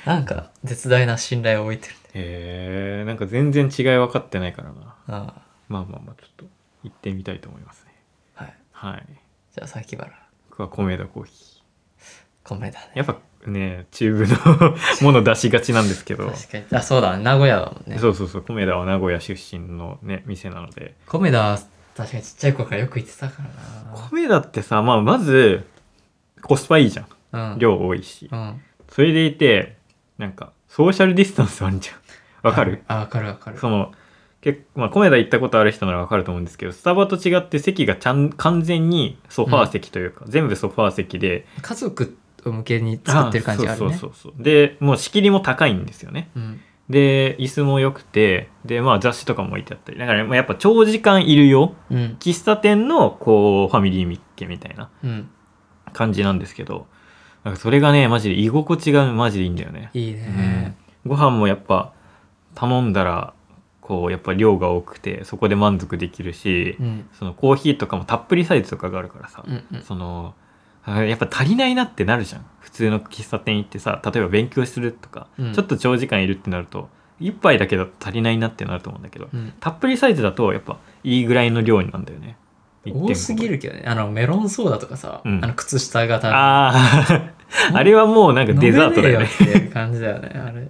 Speaker 1: なんか絶大な信頼を置いてるね
Speaker 2: えー、なんか全然違い分かってないからな
Speaker 1: あ
Speaker 2: まあまあまあちょっと行ってみたいと思いますね
Speaker 1: あはい
Speaker 2: はい
Speaker 1: じゃあ先原
Speaker 2: 僕は米田コーヒ
Speaker 1: 米だね
Speaker 2: ーやっぱね中部の もの出しがちなんですけど
Speaker 1: 確かにあそうだね名古屋だもんね
Speaker 2: そうそうそう米田は名古屋出身のね店なので
Speaker 1: 米田は確かにちっちゃい頃からよく行ってたから
Speaker 2: 米だってさ、まあ、まずコスパいいじゃ
Speaker 1: なうん
Speaker 2: ん量多いし
Speaker 1: うん
Speaker 2: それでいてなんかソーシャルディスタンスあるじゃん わかる
Speaker 1: あわかるわかる
Speaker 2: その結構まあ米田行ったことある人ならわかると思うんですけどスタバと違って席がちゃん完全にソファー席というか、全部ソファー席で
Speaker 1: 家族向けに作ってる感じがあるね
Speaker 2: そうそうそうそうでもう仕切りも高いんですよね
Speaker 1: うん
Speaker 2: で椅子も良くてでまあ雑誌とかも置いてあったりだから、まあ、やっぱ長時間いるよ
Speaker 1: うん
Speaker 2: 喫茶店のこうファミリーミッケみたいな
Speaker 1: うん
Speaker 2: 感じなんですけどなんかそれがねマジで居心地がマジでいいんだよね、
Speaker 1: いいね
Speaker 2: うんご飯もやっぱ頼んだらこうやっぱ量が多くてそこで満足できるし、
Speaker 1: うん
Speaker 2: そのコーヒーとかもたっぷりサイズとかがあるからさ、
Speaker 1: うんうん
Speaker 2: そのあやっぱ足りないなってなるじゃん普通の喫茶店行ってさ例えば勉強するとか、
Speaker 1: うん
Speaker 2: ちょっと長時間いるってなると一杯だけだと足りないなってなると思うんだけど、
Speaker 1: うん
Speaker 2: たっぷりサイズだとやっぱいいぐらいの量になるんだよね
Speaker 1: 多すぎるけどねあのメロンソーダとかさ、
Speaker 2: うん
Speaker 1: あの靴下型の
Speaker 2: あ ああれはもうなんかデザートだよね
Speaker 1: 飲めねえっていう感じだよねあれ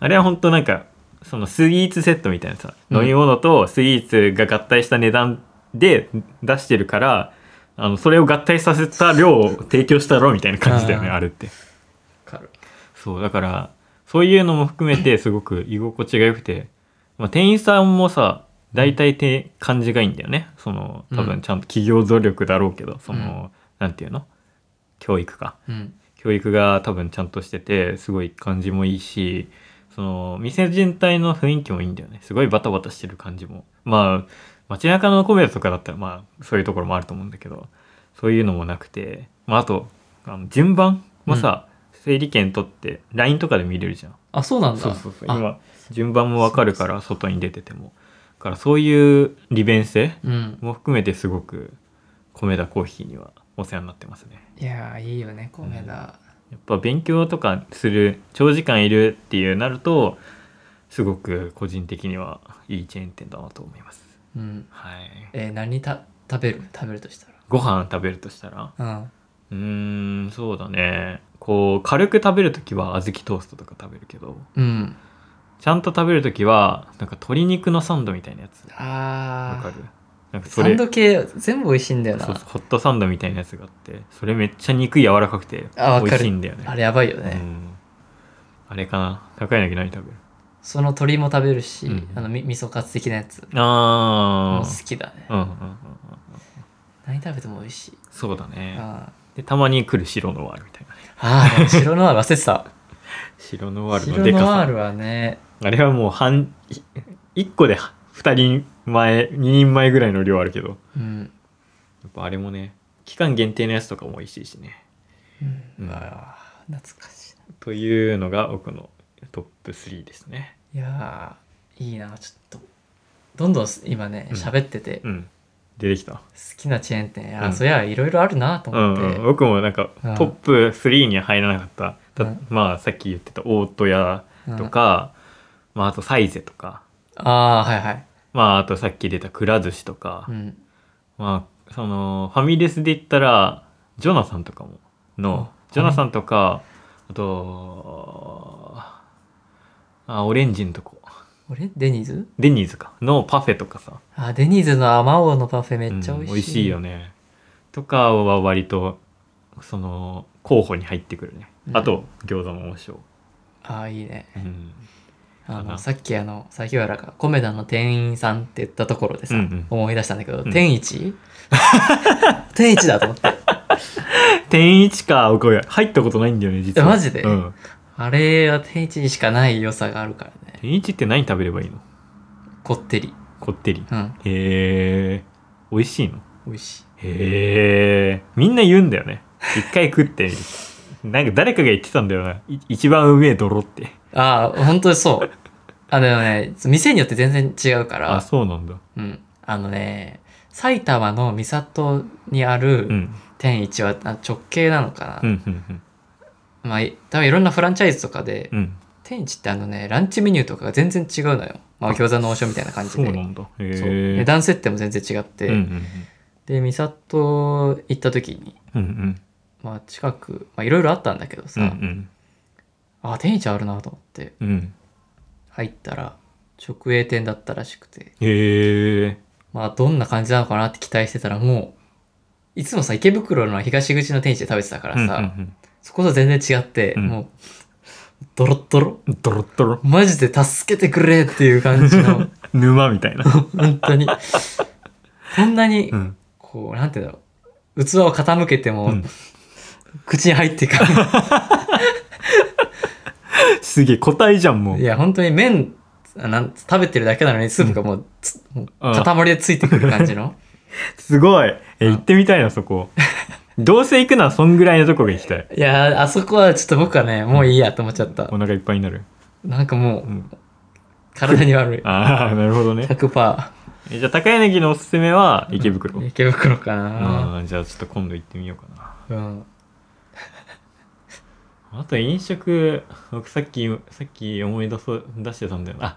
Speaker 2: あれは本当なんかそのスイーツセットみたいなさ、
Speaker 1: うん
Speaker 2: 飲み物とスイーツが合体した値段で出してるからあのそれを合体させた量を提供したろみたいな感じだよね
Speaker 1: あー
Speaker 2: あれって
Speaker 1: わかる
Speaker 2: そうだからそういうのも含めてすごく居心地が良くて、まあ、店員さんもさ大体て感じがいいんだよねその多
Speaker 1: う
Speaker 2: 分
Speaker 1: ん
Speaker 2: ちゃんと企業努力だろうけどその、なんていうの教育か
Speaker 1: うん
Speaker 2: 教育が多分ちゃんとしててすごい感じもいいしその店全体の雰囲気もいいんだよねすごいバタバタしてる感じもまあ街中のコメダとかだったらまあそういうところもあると思うんだけどそういうのもなくて、まあ、あとあの順番もさ、整理券取って LINE とかで見れるじゃん
Speaker 1: あそうなんだ
Speaker 2: そうそうそう
Speaker 1: あ
Speaker 2: 今順番もわかるから外に出ててもだからそういう利便性
Speaker 1: うん
Speaker 2: も含めてすごく米田コーヒーにはお世話になってますね
Speaker 1: いやーいいよね米田、
Speaker 2: やっぱ勉強とかする長時間いるっていうなるとすごく個人的にはいいチェーン店だなと思います。
Speaker 1: うん。
Speaker 2: はい
Speaker 1: えー何た食べる食べるとした
Speaker 2: ご飯食べるとしたら
Speaker 1: ら。うん。
Speaker 2: うーんそうだねこう軽く食べるときは小豆トーストとか食べるけど
Speaker 1: うん。
Speaker 2: ちゃんと食べるときはなんか鶏肉のサンドみたいなやつわ
Speaker 1: あ
Speaker 2: か
Speaker 1: あ
Speaker 2: る。なんかそ
Speaker 1: サン
Speaker 2: れ
Speaker 1: ド系全部美味しいんだよな。
Speaker 2: そうそうホットサンドみたいなやつがあってそれめっちゃ肉柔らかくて
Speaker 1: あわかる
Speaker 2: 美味しいんだよね
Speaker 1: あれやばいよ
Speaker 2: う
Speaker 1: ね。
Speaker 2: んあれかな高柳何食べる
Speaker 1: その鶏も食べるし、
Speaker 2: うん
Speaker 1: あのみ味噌カツ的なやつも
Speaker 2: あ
Speaker 1: う
Speaker 2: ー
Speaker 1: 好きだね。
Speaker 2: うんうんうんうん
Speaker 1: 何食べても美味しい。
Speaker 2: そうだね
Speaker 1: あー
Speaker 2: でたまに来る白ノワールみたいなね
Speaker 1: あ ー、白ノワール忘れてた。
Speaker 2: 白ノワールの
Speaker 1: 白
Speaker 2: でか
Speaker 1: ノワー
Speaker 2: さ
Speaker 1: ルはね、
Speaker 2: あれはもう半1個で2人前2人前ぐらいの量あるけどや
Speaker 1: うん。
Speaker 2: っぱあれもね期間限定のやつとかも美味しいしね
Speaker 1: う、
Speaker 2: うんん
Speaker 1: あー懐かし
Speaker 2: というのが僕のトップ3ですね
Speaker 1: い。いやーいいな、ちょっと。どんどんす今ね、
Speaker 2: うん
Speaker 1: 喋ってて、
Speaker 2: う
Speaker 1: 好
Speaker 2: ん出てきた
Speaker 1: きなチェーン店、あ
Speaker 2: う
Speaker 1: あ、
Speaker 2: ん
Speaker 1: そりゃいろいろあるなと
Speaker 2: う
Speaker 1: 思
Speaker 2: ん
Speaker 1: って、
Speaker 2: うん、僕もなんか
Speaker 1: うん
Speaker 2: トップ3には入らなかった、た
Speaker 1: うん
Speaker 2: まあさっき言ってた大戸屋
Speaker 1: うん
Speaker 2: とか、まああとサイゼとか
Speaker 1: ああー、はいはい。
Speaker 2: まああとさっき出たくら寿司とか、
Speaker 1: うん。
Speaker 2: まあそのファミレスで言ったらジョナサンとかもの
Speaker 1: あ
Speaker 2: ジョナサンとかあとあオレンジのとこ
Speaker 1: 俺デニーズ
Speaker 2: デニーズかのパフェとかさ
Speaker 1: あ、デニーズのアマオのパフェめっちゃ
Speaker 2: うん
Speaker 1: 美味しい。
Speaker 2: 美味しいよねとかは割とその候補に入ってくるね、
Speaker 1: うん
Speaker 2: あと餃子も王将
Speaker 1: ああ、いいね。
Speaker 2: うん
Speaker 1: あの、
Speaker 2: かな
Speaker 1: さっきあの、崎原がコメダの店員さんって言ったところでさ、
Speaker 2: うんうん
Speaker 1: 思い出したんだけど、
Speaker 2: ん
Speaker 1: 天一 天一だと思って。
Speaker 2: 天一か僕入ったことないんだよね実は
Speaker 1: えマジで
Speaker 2: うん、
Speaker 1: あれは天一にしかない良さがあるからね。
Speaker 2: 天一って何食べればいいの
Speaker 1: こってり。
Speaker 2: こってり
Speaker 1: うん。
Speaker 2: へえ美味しいの
Speaker 1: 美味しい。
Speaker 2: へえみんな言うんだよね一回食ってみるなんか誰かが言ってたんだよない一番うめえ泥って
Speaker 1: ああ、本当にそう。あのね、店によって全然違うか
Speaker 2: あ
Speaker 1: ら、
Speaker 2: そうなんだ
Speaker 1: うん。あのね、埼玉の三郷にあ
Speaker 2: う
Speaker 1: る
Speaker 2: ん
Speaker 1: 天一はあ直径なのかな。
Speaker 2: うんうんうん
Speaker 1: まあ、い多分いろんなフランチャイズとかで、
Speaker 2: うん
Speaker 1: 天一ってあのね、ランチメニューとかが全然違うのよ。まあ、餃子の王将みたいな感じ
Speaker 2: そう
Speaker 1: で。
Speaker 2: なんだへ
Speaker 1: そう
Speaker 2: え
Speaker 1: 値段設定も全然違って、
Speaker 2: うんうん
Speaker 1: で、三郷行った時に、
Speaker 2: うんうん
Speaker 1: まあ、近く、まあ、いろいろあったんだけどさ、
Speaker 2: うんうん
Speaker 1: あ、天一あるなと思って、
Speaker 2: うん
Speaker 1: 入ったら、直営店だったらしくて、
Speaker 2: へえ
Speaker 1: まあ、どんな感じなのかなって期待してたら、もう、いつもさ、池袋の東口の天一で食べてたからさ、そこと全然違って、
Speaker 2: うん
Speaker 1: もう、ドロッドロ、
Speaker 2: ドロッドロ
Speaker 1: マジで助けてくれっていう感じ の、
Speaker 2: 沼みた いな
Speaker 1: 本当に。こんなに
Speaker 2: う、ん
Speaker 1: こう、なんていうんだろう。器を傾けても、
Speaker 2: うん
Speaker 1: 口に入っていかな
Speaker 2: すげえ個体じゃんもう
Speaker 1: い。いや、本当に麺、あなん食べてるだけなのに、スープがもう、つもう
Speaker 2: ああ
Speaker 1: 塊でついてくる感じの。
Speaker 2: すごいえ
Speaker 1: うん
Speaker 2: 行ってみたいな そこどうせ行くならそんぐらいのとこが行きたい
Speaker 1: いや、あそこはちょっと僕はね、もういいやと思っちゃった
Speaker 2: お。腹いっぱいになる、
Speaker 1: なんかも
Speaker 2: う
Speaker 1: う、
Speaker 2: ん、
Speaker 1: 体に悪い。
Speaker 2: ああなるほどね
Speaker 1: 100%。
Speaker 2: えじゃあ高柳のおすすめは池袋、
Speaker 1: 池袋かな。
Speaker 2: あーじゃあちょっと今度行ってみようかな
Speaker 1: うん。
Speaker 2: あと飲食僕さっきさっき思い出そう出してたんだよなあ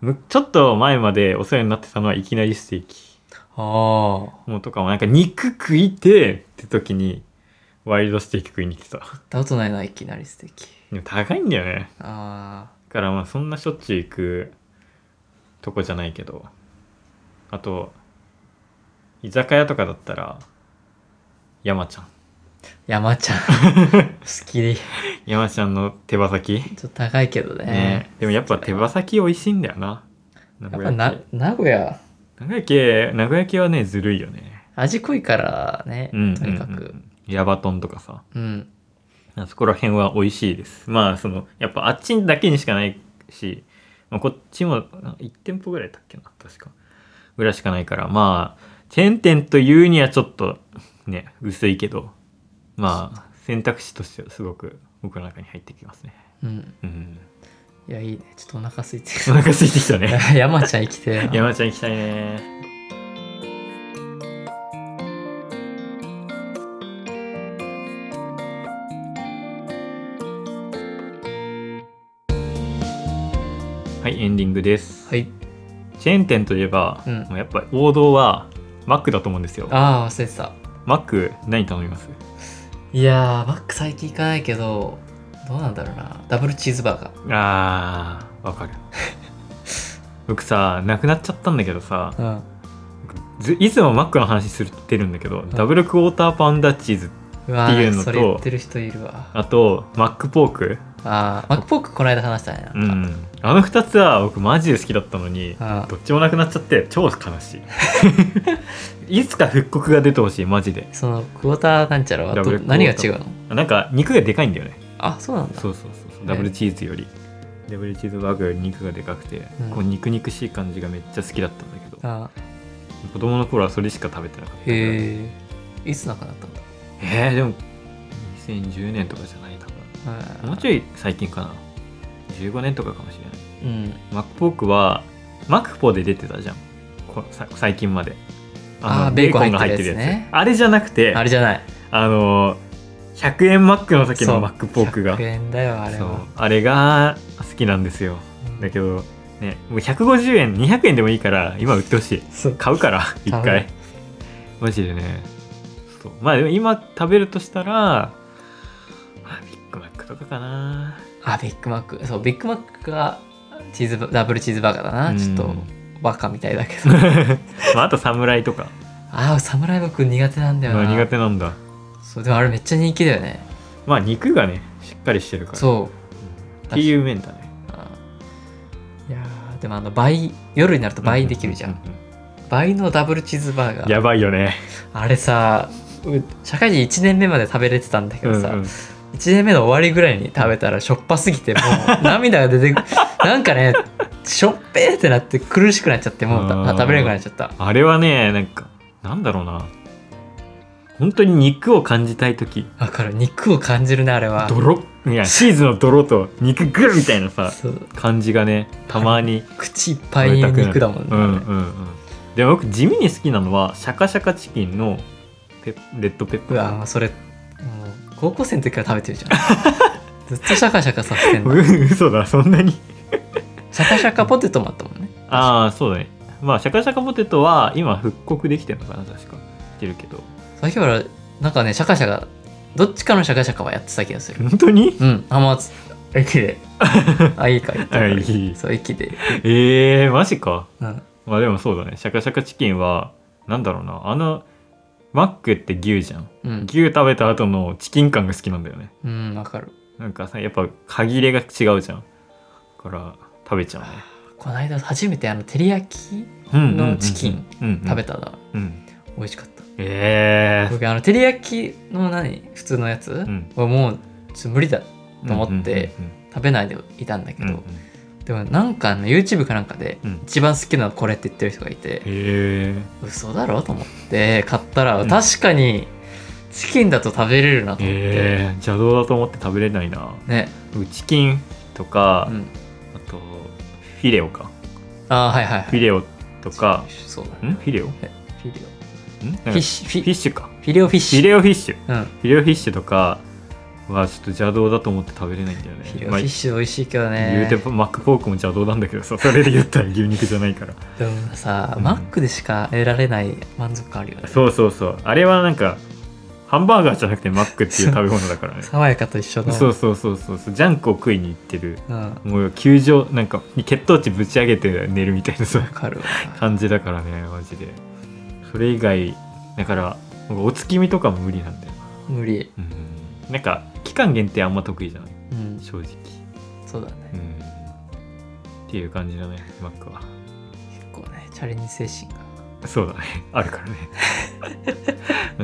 Speaker 2: むちょっと前までお世話になってたのはいきなりステーキ
Speaker 1: ああ。
Speaker 2: もうとかもなんか肉食いてえって時にワイルドステーキ食いに来てた
Speaker 1: ダウトないな、いきなり素敵。
Speaker 2: でも高いんだよね
Speaker 1: ああ。
Speaker 2: だからまあそんなしょっちゅう行くとこじゃないけどあと居酒屋とかだったら山ちゃん
Speaker 1: 山 ちゃん。好き。ち
Speaker 2: 山ちゃんの手羽先
Speaker 1: ょっと高いけどね
Speaker 2: ね。でもやっぱ手羽先美味しいんだよな。
Speaker 1: や
Speaker 2: 名
Speaker 1: っ
Speaker 2: 古
Speaker 1: ぱ
Speaker 2: 屋
Speaker 1: な
Speaker 2: 系。、
Speaker 1: 名古屋。
Speaker 2: 名古屋系、名古屋系はね、ずるいよね。
Speaker 1: 味濃いからね、
Speaker 2: うん。
Speaker 1: とにかく。。
Speaker 2: ヤバトンとかさ。
Speaker 1: うん。
Speaker 2: あそこら辺は美味しいです。まあ、その、やっぱあっちだけにしかないし、まあ、こっちもあ1店舗ぐらいだっけな、確か。ぐらいしかないから、まあ、チェーン店というにはちょっと、ね、薄いけど、まあ、選択肢としてはすごく僕の中に入ってきますね。
Speaker 1: うん。
Speaker 2: うん。
Speaker 1: いや、いいね。ちょっとお腹空いて
Speaker 2: お腹空いてきたね。
Speaker 1: る。 山ちゃん生きてえな。
Speaker 2: 山ちゃん行きたいね。はい、エンディングです。
Speaker 1: はい。
Speaker 2: チェーン店といえば、
Speaker 1: うん
Speaker 2: もうやっぱ王道はマックだと思うんですよ
Speaker 1: ああ忘れてた
Speaker 2: マック何頼みます
Speaker 1: いやーマック最近行かないけどどうなんだろうなダブルチーズバーガ
Speaker 2: あーわかる 僕さなくなっちゃったんだけどさ
Speaker 1: ーうん
Speaker 2: ずいつもマックの話するってるんだけど、
Speaker 1: ん
Speaker 2: ダブルクォーターパウンダーチーズ
Speaker 1: うわー
Speaker 2: っていうのと
Speaker 1: それ言ってる人いるわ
Speaker 2: あとマックポーク
Speaker 1: ああマックポークこの間話したねなんか、
Speaker 2: うんあの2つは僕マジで好きだったのに
Speaker 1: あ
Speaker 2: どっちもなくなっちゃって超悲し いいつか復刻が出てほしいマジで
Speaker 1: そのクォーターなんちゃらは
Speaker 2: ダブ
Speaker 1: ど
Speaker 2: ルクォーター
Speaker 1: 何が違うの
Speaker 2: なんか肉がでかいんだよね
Speaker 1: あそうなんだ
Speaker 2: そうそうそうそうダブルチーズより、ダブルチーズバーガーより肉がでかくて、
Speaker 1: うん
Speaker 2: こう肉肉しい感じがめっちゃ好きだったんだけど
Speaker 1: あ
Speaker 2: 子供の頃はそれしか食べてなかったから
Speaker 1: へえいつなくなったんだ
Speaker 2: えーでも2010年とかじゃない多分もうちょい最近かな15年とかかもしれない
Speaker 1: うん
Speaker 2: マックポークはマクポで出てたじゃんこさ最近まで
Speaker 1: あーベーコン入ってるやつね
Speaker 2: あれじゃなくて
Speaker 1: あ
Speaker 2: あ
Speaker 1: れじゃない
Speaker 2: の100円マックの時
Speaker 1: そう
Speaker 2: のマックポークが
Speaker 1: 100円だよあれ
Speaker 2: そう
Speaker 1: は
Speaker 2: あれが好きなんですよだけどねもう150円200円でもいいから今売ってほしい
Speaker 1: そう
Speaker 2: 買うから 一
Speaker 1: 買う
Speaker 2: 回マジでねそうまあでも今食べるとしたら、まあ、ビッグマックとかかな
Speaker 1: あビッグマックそうビッグマックがチーズバダブルチーズバーガーだな、
Speaker 2: うん
Speaker 1: ちょっとバカみたいだけ ど
Speaker 2: まああと侍とか、
Speaker 1: ああ侍僕苦手なんだよ
Speaker 2: ま
Speaker 1: な、
Speaker 2: あ、苦手なんだ
Speaker 1: そうでもあれめっちゃ人気だよね
Speaker 2: まあ肉がねしっかりしてるから
Speaker 1: そう
Speaker 2: うんっていう面だね
Speaker 1: あーいやーでもあの倍夜になると倍できるじゃん,、
Speaker 2: ううう
Speaker 1: 倍のダブルチーズバーガ
Speaker 2: うん
Speaker 1: ー
Speaker 2: やばいよね
Speaker 1: あれさう社会人1年目まで食べれてたんだけどさ、
Speaker 2: うんうん
Speaker 1: 1年目の終わりぐらいに食べたらしょっぱすぎても う涙が出てくなんかねしょっぺーってなって苦しくなっちゃってもうた
Speaker 2: うん
Speaker 1: 食べれなくなっちゃった
Speaker 2: あれはねなんかなんだろうな本当に肉を感じたい時
Speaker 1: わかる肉を感じるねあれは
Speaker 2: 泥 いやチーズの泥と肉グルみたいなさ
Speaker 1: そう
Speaker 2: 感じがねたま に
Speaker 1: 口いっぱいに肉だもんね、
Speaker 2: うんうんうんでも僕地味に好きなのはシャカシャカチキンのペッレッドペッ
Speaker 1: う
Speaker 2: パ
Speaker 1: わ
Speaker 2: ー
Speaker 1: もうそれもう高校生の時から食べてるじゃ んずっとシャカシャカさせてんの
Speaker 2: う 嘘だそんなに
Speaker 1: シャカシャカポテトもあったもんね
Speaker 2: ああそうだねまあシャカシャカポテトは今復刻できてるのかな確かしてるけど
Speaker 1: さっきからなんかねシャカシャカどっちかのシャカシャカはやってた気がする
Speaker 2: 本当に
Speaker 1: うんあんまつ駅で あいいか言ったから
Speaker 2: あいい
Speaker 1: そう駅で
Speaker 2: ええー、マジか
Speaker 1: うん
Speaker 2: まあでもそうだねシャカシャカチキンはなんだろうなあのマックって牛じゃん
Speaker 1: うん
Speaker 2: 牛食べた後のチキン感が好きなんだよね
Speaker 1: うんわかる
Speaker 2: なんかさやっぱ限りが違うじゃんだから食べちゃうね
Speaker 1: この間初めてあの照り焼き
Speaker 2: うんうんうんうん
Speaker 1: のチキン食べ
Speaker 2: た、
Speaker 1: ただ、
Speaker 2: うん、
Speaker 1: 美味しかった
Speaker 2: ええ
Speaker 1: 僕あの照り焼きの何普通のやつ、
Speaker 2: ん
Speaker 1: はもうちょっと無理だと
Speaker 2: ー、
Speaker 1: 思って食べないでいたんだけど、
Speaker 2: うんうんうん
Speaker 1: でもなんかあの YouTube かなんかで
Speaker 2: うん
Speaker 1: 一番好きなのこれって言ってる人がいて、
Speaker 2: へ
Speaker 1: 嘘だろと思って買ったら
Speaker 2: うん
Speaker 1: 確かにチキンだと食べれるな
Speaker 2: え
Speaker 1: と思って、
Speaker 2: えー、邪道だと思って食べれないな
Speaker 1: ね、
Speaker 2: チキンとか、
Speaker 1: うん、
Speaker 2: あとフィレオか
Speaker 1: あーはいはいはい
Speaker 2: フィレオとか
Speaker 1: そうだね
Speaker 2: んフィレオん
Speaker 1: フィレオ
Speaker 2: なんか
Speaker 1: フィッシュフ
Speaker 2: フィッ
Speaker 1: ィ
Speaker 2: シュか
Speaker 1: フィレオフィッ
Speaker 2: フ
Speaker 1: シ
Speaker 2: ィ
Speaker 1: ュ
Speaker 2: レオフィッシュ
Speaker 1: うん、
Speaker 2: フィレオフィッシュとかはちょっと邪道だと思って食べれないんだよね
Speaker 1: フィレオフィッシュ美味しいけど
Speaker 2: まあ
Speaker 1: ね
Speaker 2: 言うてマックポークも邪道なんだけどさそれで言ったら牛肉じゃな いから
Speaker 1: でもさ、
Speaker 2: うん
Speaker 1: マックでしか得られない満足感あるよね
Speaker 2: そうそうそうあれはなんかハンバーガーじゃなくてマックっていう食べ物だか らね
Speaker 1: 爽やかと一緒だ
Speaker 2: そうそうそうそうそうジャンクを食いに行ってる
Speaker 1: うんわ
Speaker 2: もう球場なんか血糖値ぶち上げて寝るみたいなさ
Speaker 1: かるわ
Speaker 2: 感じだからねマジでそれ以外だから僕お月見とかも無理なんだよな
Speaker 1: 無理
Speaker 2: なんか期間限定あんま得意じゃない
Speaker 1: うん
Speaker 2: 正直
Speaker 1: そうだね
Speaker 2: うんっていう感じだねマックは
Speaker 1: 結構ねチャレンジ精神が
Speaker 2: そうだねあるから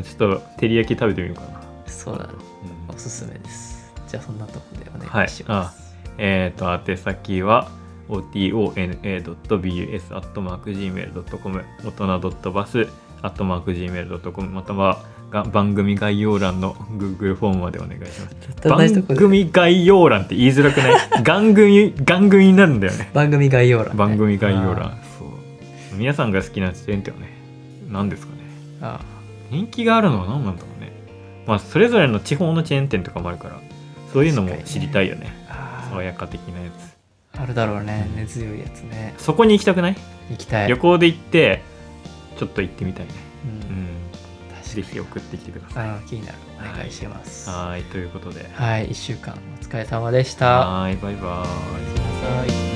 Speaker 2: ね ちょっと照り焼き食べてみようかな、
Speaker 1: そうだね
Speaker 2: うん
Speaker 1: おすすめですじゃあそんなとこでお
Speaker 2: は
Speaker 1: 願
Speaker 2: い
Speaker 1: いします、
Speaker 2: えっ、と、宛先は otona.bus.gmail.com 大人 .bus.gmail.com またはが番組概要欄の Google フォームまでお願いします。
Speaker 1: 絶対同じと
Speaker 2: 番
Speaker 1: こで
Speaker 2: 組概要欄って言いづらくない 番組、番組になるんだよね。
Speaker 1: 番組概要欄ね、
Speaker 2: 番組概要
Speaker 1: あ
Speaker 2: 欄。そう。皆さんが好きなチェーン店はね、何ですかね。
Speaker 1: ーあ
Speaker 2: 人気があるのは何なんだろうね。まあ、それぞれの地方のチェーン店とかもあるから、そういうのも知りたいよね。
Speaker 1: ーあー
Speaker 2: 爽やか的なやつ。
Speaker 1: あるだろうね根強いやつね
Speaker 2: そこに行きたくない
Speaker 1: 行きたい、うん、
Speaker 2: 旅行で行ってちょっと行ってみたいね、うん、ぜ
Speaker 1: 確
Speaker 2: ひ送ってきてください、
Speaker 1: かにうん気になるお願いしますは
Speaker 2: はいということで
Speaker 1: い、一1週間お疲れ様でした
Speaker 2: はいバイバーイ
Speaker 1: はい